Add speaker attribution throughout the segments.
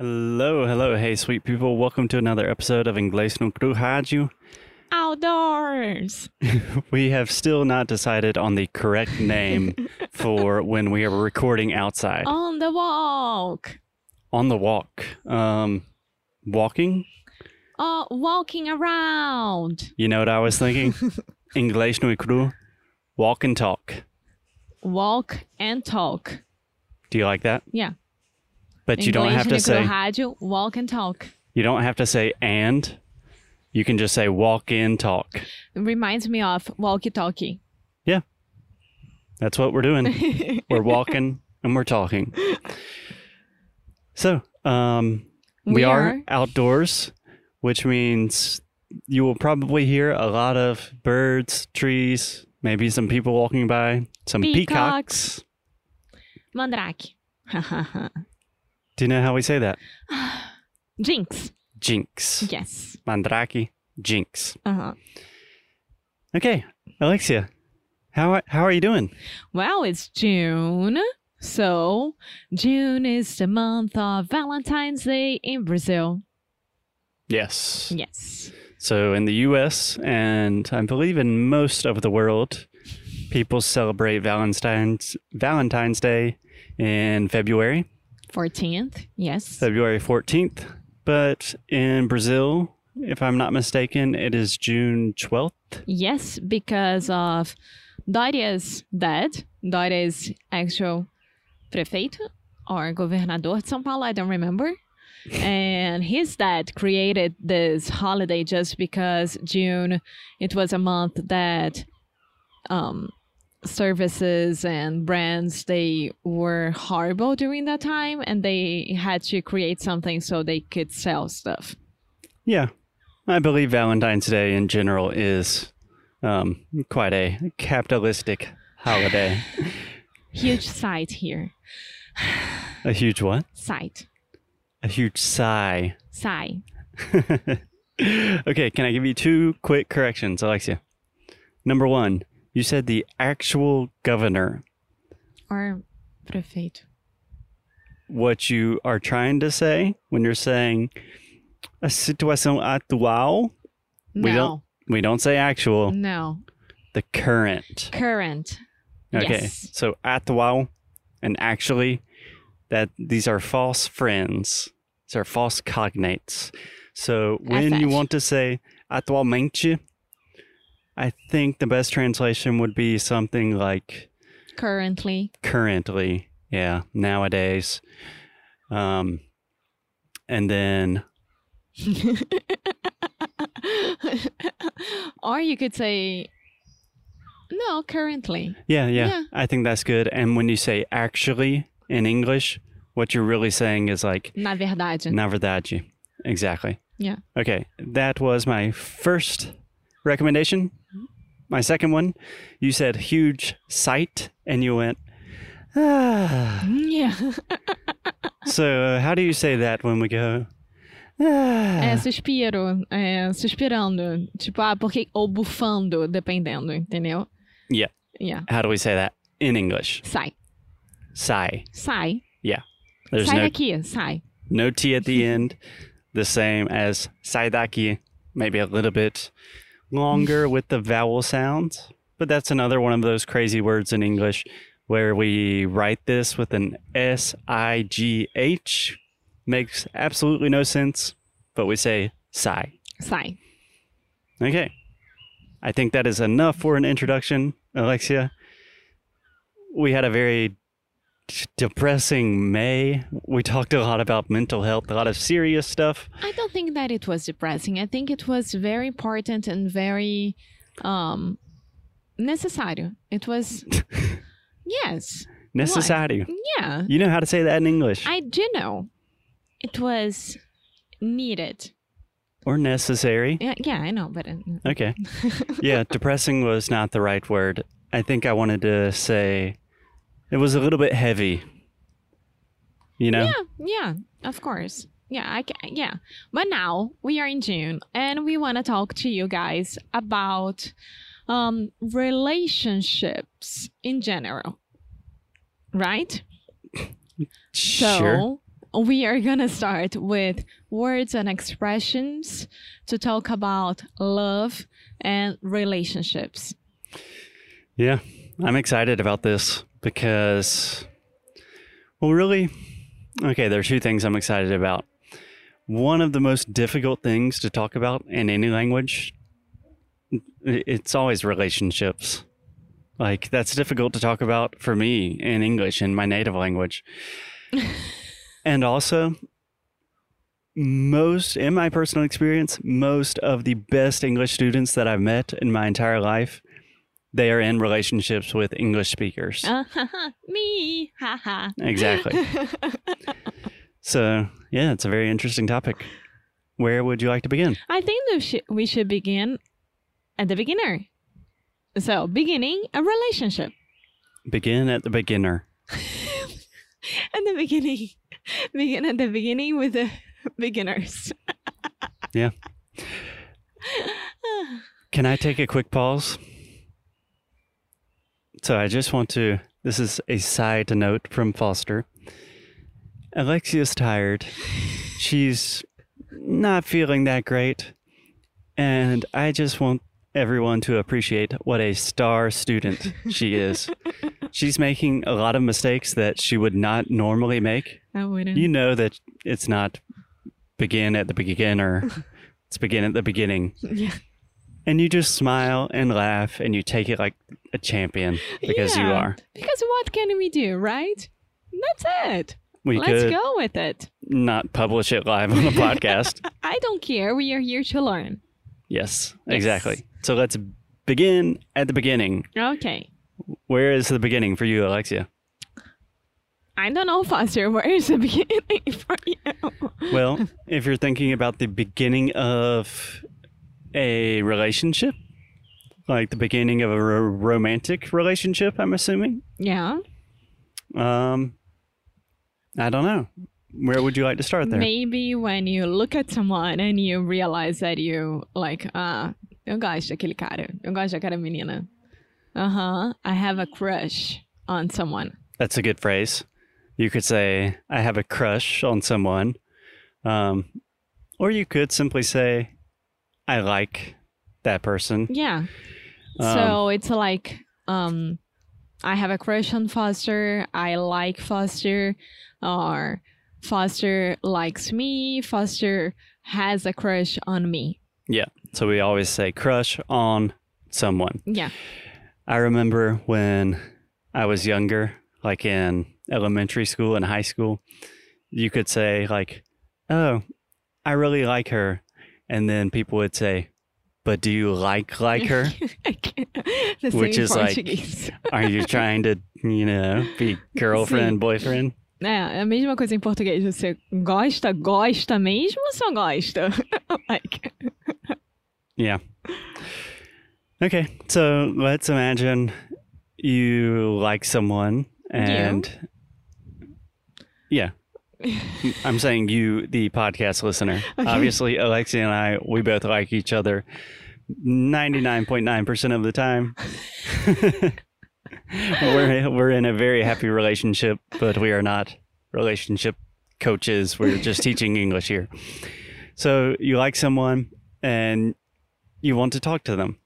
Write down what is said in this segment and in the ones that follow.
Speaker 1: Hello, hello, hey, sweet people. Welcome to another episode of Inglês no Cru Rádio.
Speaker 2: Outdoors.
Speaker 1: We have still not decided on the correct name for when we are recording outside
Speaker 2: On the walk.
Speaker 1: on the walk. Um, walking?
Speaker 2: Oh, walking around.
Speaker 1: You know what I was thinking? Inglês no Cru, walk and talk.
Speaker 2: Walk and talk.
Speaker 1: Do you like that?
Speaker 2: Yeah.
Speaker 1: But you don't
Speaker 2: Inglês
Speaker 1: have
Speaker 2: no
Speaker 1: to say
Speaker 2: rádio, walk and talk.
Speaker 1: you don't have to say and. You can just say walk in talk.
Speaker 2: It reminds me of walkie talkie.
Speaker 1: Yeah. That's what we're doing. we're walking and we're talking. So, um, we,
Speaker 2: We
Speaker 1: are,
Speaker 2: are.
Speaker 1: outdoors, which means you will probably hear a lot of birds, trees, maybe some people walking by, some peacocks.
Speaker 2: Peacocks. Mandrake.
Speaker 1: Do you know how we say that?
Speaker 2: Jinx.
Speaker 1: Jinx.
Speaker 2: Yes.
Speaker 1: Mandraki. Jinx.
Speaker 2: Uh-huh.
Speaker 1: Okay, Alexia, how, how are you doing?
Speaker 2: Well, it's June. So, June is the month of Valentine's Day in Brazil.
Speaker 1: Yes.
Speaker 2: Yes.
Speaker 1: So, in the US and I believe in most of the world, people celebrate Valentine's, Valentine's Day in February,
Speaker 2: 14th. Yes.
Speaker 1: February 14th. But in Brazil, if I'm not mistaken, it is June 12th.
Speaker 2: Yes, because of Daria's dad, Daria's actual prefeito or governador de São Paulo, I don't remember. and his dad created this holiday just because June, it was a month that um, services and brands, they were horrible during that time and they had to create something so they could sell stuff.
Speaker 1: Yeah. I believe Valentine's Day in general is um, quite a capitalistic holiday.
Speaker 2: Huge site here.
Speaker 1: a huge what?
Speaker 2: Site.
Speaker 1: A huge sigh.
Speaker 2: Sigh.
Speaker 1: okay, can I give you two quick corrections, Alexia? Number one, you said the actual governor.
Speaker 2: or prefeito.
Speaker 1: What you are trying to say when you're saying a situação atual, we don't
Speaker 2: No,
Speaker 1: we don't say actual,
Speaker 2: no.
Speaker 1: the current.
Speaker 2: Current.
Speaker 1: Okay.
Speaker 2: Yes.
Speaker 1: So atual and actually that these are false friends. These are false cognates. So when you
Speaker 2: FF.
Speaker 1: want to say atualmente, I think the best translation would be something like
Speaker 2: Currently.
Speaker 1: currently. Yeah, nowadays. Um and then
Speaker 2: or you could say, no, currently.
Speaker 1: yeah, yeah,
Speaker 2: Yeah.
Speaker 1: I think that's good. And when you say actually in English, what you're really saying is like
Speaker 2: Na verdade.
Speaker 1: Na verdade. Exactly.
Speaker 2: Yeah.
Speaker 1: Okay. That was my first recommendation. My second one, you said huge site, and you went, ah.
Speaker 2: Yeah.
Speaker 1: so, uh, how do you say that when we go, ah?
Speaker 2: É suspiro, é suspirando. Tipo, ah, porque. Ou bufando, dependendo, entendeu?
Speaker 1: Yeah.
Speaker 2: Yeah.
Speaker 1: How do we say that in English?
Speaker 2: Sai.
Speaker 1: Sigh.
Speaker 2: Sai.
Speaker 1: There's
Speaker 2: sai
Speaker 1: no,
Speaker 2: daqui, sai.
Speaker 1: no T at the end, the same as saidaki, maybe a little bit longer with the vowel sounds. But that's another one of those crazy words in English where we write this with an S I G H. Makes absolutely no sense, but we say sigh.
Speaker 2: Sai.
Speaker 1: Okay. I think that is enough for an introduction, Alexia. We had a very d- depressing May. We talked a lot about mental health, a lot of serious stuff.
Speaker 2: I don't think that it was depressing. I think it was very important and very um necessary. It was yes.
Speaker 1: Necessary.
Speaker 2: Yeah.
Speaker 1: You know how to say that in English.
Speaker 2: I do know. It was needed.
Speaker 1: or necessary.
Speaker 2: Yeah, yeah, I know, but uh,
Speaker 1: Okay. yeah, depressing was not the right word. I think I wanted to say it was a little bit heavy. You know?
Speaker 2: yeah, yeah, of course. Yeah, I ca yeah. But now we are in June and we want to talk to you guys about um relationships in general. Right? So,
Speaker 1: Sure.
Speaker 2: we are going to start with words and expressions to talk about love and relationships.
Speaker 1: Yeah, I'm excited about this because, well, really, okay, there are two things I'm excited about. One of the most difficult things to talk about in any language, i- it's always relationships. Like, that's difficult to talk about for me in English, in my native language. and also, most, in my personal experience, most of the best English students that I've met in my entire life, they are in relationships with English speakers.
Speaker 2: Uh, haha, me, haha.
Speaker 1: Exactly. So, yeah, it's a very interesting topic. Where would you like to begin?
Speaker 2: I think that sh- we should begin at the beginner. So, beginning a relationship.
Speaker 1: Begin at the beginner.
Speaker 2: At the beginning. Begin at the beginning with the beginners.
Speaker 1: Yeah. Can I take a quick pause? So, I just want to. This is a side note from Foster. Alexia's tired. She's not feeling that great. And I just want everyone to appreciate what a star student she is. She's making a lot of mistakes that she would not normally make.
Speaker 2: I wouldn't.
Speaker 1: You know that it's not begin at the beginner. It's begin at the beginning.
Speaker 2: yeah.
Speaker 1: And you just smile and laugh and you take it like a champion because you
Speaker 2: Yeah.
Speaker 1: are.
Speaker 2: Because what can we do, right? That's it.
Speaker 1: We
Speaker 2: Let's
Speaker 1: could
Speaker 2: go with it.
Speaker 1: not publish it live on the podcast.
Speaker 2: I don't care. We are here to learn.
Speaker 1: yes,
Speaker 2: Yes.
Speaker 1: exactly. So let's begin at the beginning.
Speaker 2: Okay.
Speaker 1: Where is the beginning for you, Alexia?
Speaker 2: I don't know, Foster. Where is the beginning for you?
Speaker 1: Well, if you're thinking about the beginning of a relationship, like the beginning of a ro- romantic relationship, I'm assuming.
Speaker 2: Yeah.
Speaker 1: Um, I don't know. Where would you like to start there?
Speaker 2: Maybe when you look at someone and you realize that you like, ah, eu gosto daquele cara. Eu gosto daquela menina. Uh-huh. I have a crush on someone.
Speaker 1: That's a good phrase. You could say, I have a crush on someone. Um, or you could simply say, I like that person.
Speaker 2: Yeah. so it's like um I have a crush on Foster, I like Foster, or Foster likes me, Foster has a crush on me.
Speaker 1: Yeah. So we always say crush on someone.
Speaker 2: Yeah.
Speaker 1: I remember when I was younger, like in elementary school and high school, you could say, like, oh, I really like her. And then people would say, but do you like like her?
Speaker 2: the same
Speaker 1: Which is like-
Speaker 2: Portuguese.
Speaker 1: Are you trying to, you know, be girlfriend, boyfriend?
Speaker 2: É, a mesma coisa em português. Você gosta, gosta mesmo ou só gosta? like,
Speaker 1: Yeah. Okay, so let's imagine you like someone and yeah. I'm saying you, the podcast listener. Obviously, Alexi and I, we both like each other 99.9% of the time. we're, we're in a very happy relationship, but we are not relationship coaches. We're just teaching English here. So you like someone and you want to talk to them.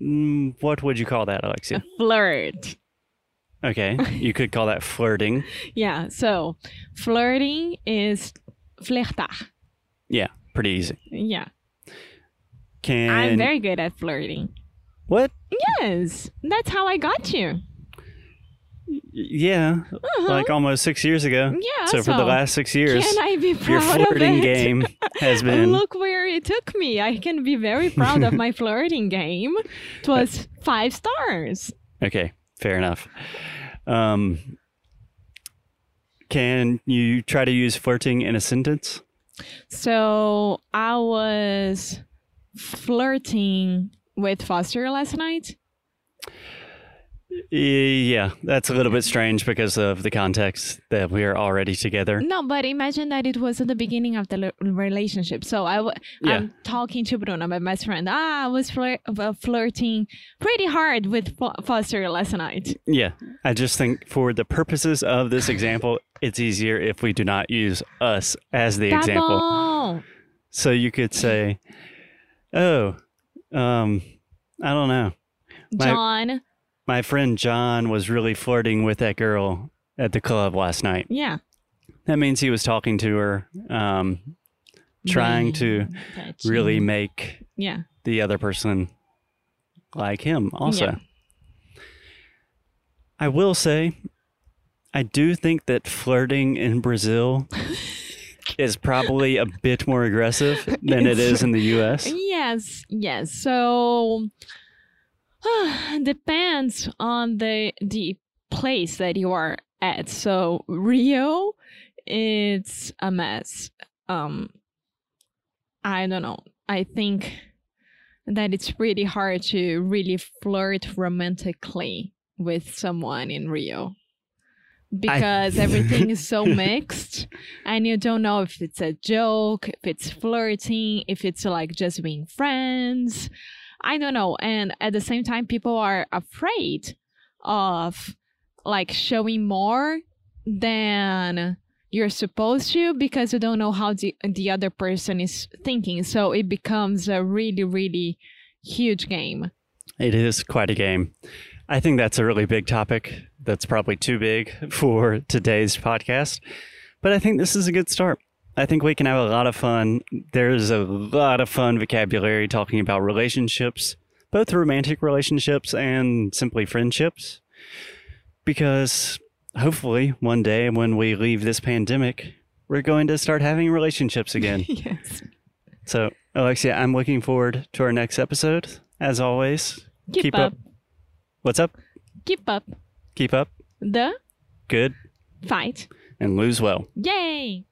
Speaker 1: Mm, what would you call that, Alexia?
Speaker 2: flirt.
Speaker 1: Okay, you could call that flirting.
Speaker 2: Yeah, so flirting is flertar.
Speaker 1: Yeah, pretty easy.
Speaker 2: Yeah,
Speaker 1: Can
Speaker 2: I'm very good at flirting.
Speaker 1: what?
Speaker 2: Yes, that's how I got you.
Speaker 1: Yeah,
Speaker 2: Uh-huh.
Speaker 1: like almost six years ago.
Speaker 2: yeah.
Speaker 1: so, for the last six years,
Speaker 2: can I be
Speaker 1: your
Speaker 2: proud of
Speaker 1: flirting
Speaker 2: it?
Speaker 1: game has been
Speaker 2: Look where it took me. I can be very proud of my flirting game. It was five stars.
Speaker 1: okay. Fair enough. Um, can you try to use flirting in a sentence?
Speaker 2: So I was flirting with Foster last night.
Speaker 1: Yeah, that's a little bit strange because of the context that we are already together.
Speaker 2: No, but imagine that it was at the beginning of the le- relationship. So I w-
Speaker 1: Yeah.
Speaker 2: I'm talking to Bruno, my best friend. Ah, I was flir- uh, flirting pretty hard with Fo- Foster last night.
Speaker 1: Yeah, I just think for the purposes of this example, it's easier if we do not use us as the
Speaker 2: tá
Speaker 1: example.
Speaker 2: bom.
Speaker 1: So you could say, "Oh, um, I don't know. My-
Speaker 2: John.
Speaker 1: My friend John was really flirting with that girl at the club last night.
Speaker 2: Yeah.
Speaker 1: That means he was talking to her, um, trying to
Speaker 2: Touching.
Speaker 1: really make
Speaker 2: Yeah.
Speaker 1: the other person like him also.
Speaker 2: Yeah.
Speaker 1: I will say, I do think that flirting in Brazil is probably a bit more aggressive than it is in the US.
Speaker 2: Yes, yes. So depends on the the place that you are at. So Rio, it's a mess. Um, I don't know. I think that it's pretty hard to really flirt romantically with someone in Rio because everything is so mixed and you don't know if it's a joke, if it's flirting, if it's like just being friends. I don't know. And at the same time, people are afraid of like showing more than you're supposed to because you don't know how the, the other person is thinking. So it becomes a really, really huge game.
Speaker 1: It is quite a game. I think that's a really big topic. That's probably too big for today's podcast, but I think this is a good start. I think we can have a lot of fun. There's a lot of fun vocabulary talking about relationships, both romantic relationships and simply friendships, because hopefully one day when we leave this pandemic, we're going to start having relationships again.
Speaker 2: yes.
Speaker 1: So, Alexia, I'm looking forward to our next episode. As always,
Speaker 2: Keep,
Speaker 1: Keep
Speaker 2: up.
Speaker 1: up. what's up?
Speaker 2: Keep up
Speaker 1: Keep up,
Speaker 2: the
Speaker 1: good,
Speaker 2: fight.
Speaker 1: and lose well.
Speaker 2: Yay!